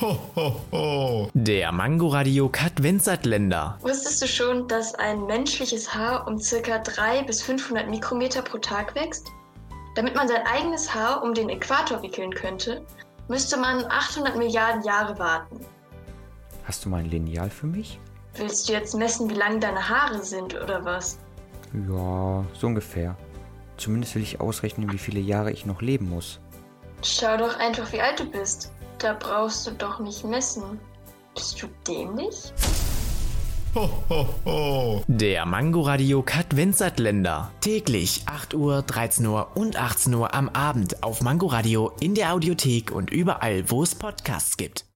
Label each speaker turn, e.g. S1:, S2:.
S1: Ho, ho, ho. Der Mangoradiokat Vincent Länder.
S2: Wusstest du schon, dass ein menschliches Haar um ca. 3 bis 500 Mikrometer pro Tag wächst? Damit man sein eigenes Haar um den Äquator wickeln könnte, müsste man 800 Milliarden Jahre warten.
S3: Hast du mal ein Lineal für mich?
S2: Willst du jetzt messen, wie lang deine Haare sind oder was?
S3: Ja, so ungefähr. Zumindest will ich ausrechnen, wie viele Jahre ich noch leben muss.
S2: Schau doch einfach, wie alt du bist. Da brauchst du doch nicht messen. Bist du dämlich?
S1: Ho, ho, ho. Der Mangoradio Katwenzert Länder. Täglich 8 Uhr, 13 Uhr und 18 Uhr am Abend auf Mangoradio in der Audiothek und überall, wo es Podcasts gibt.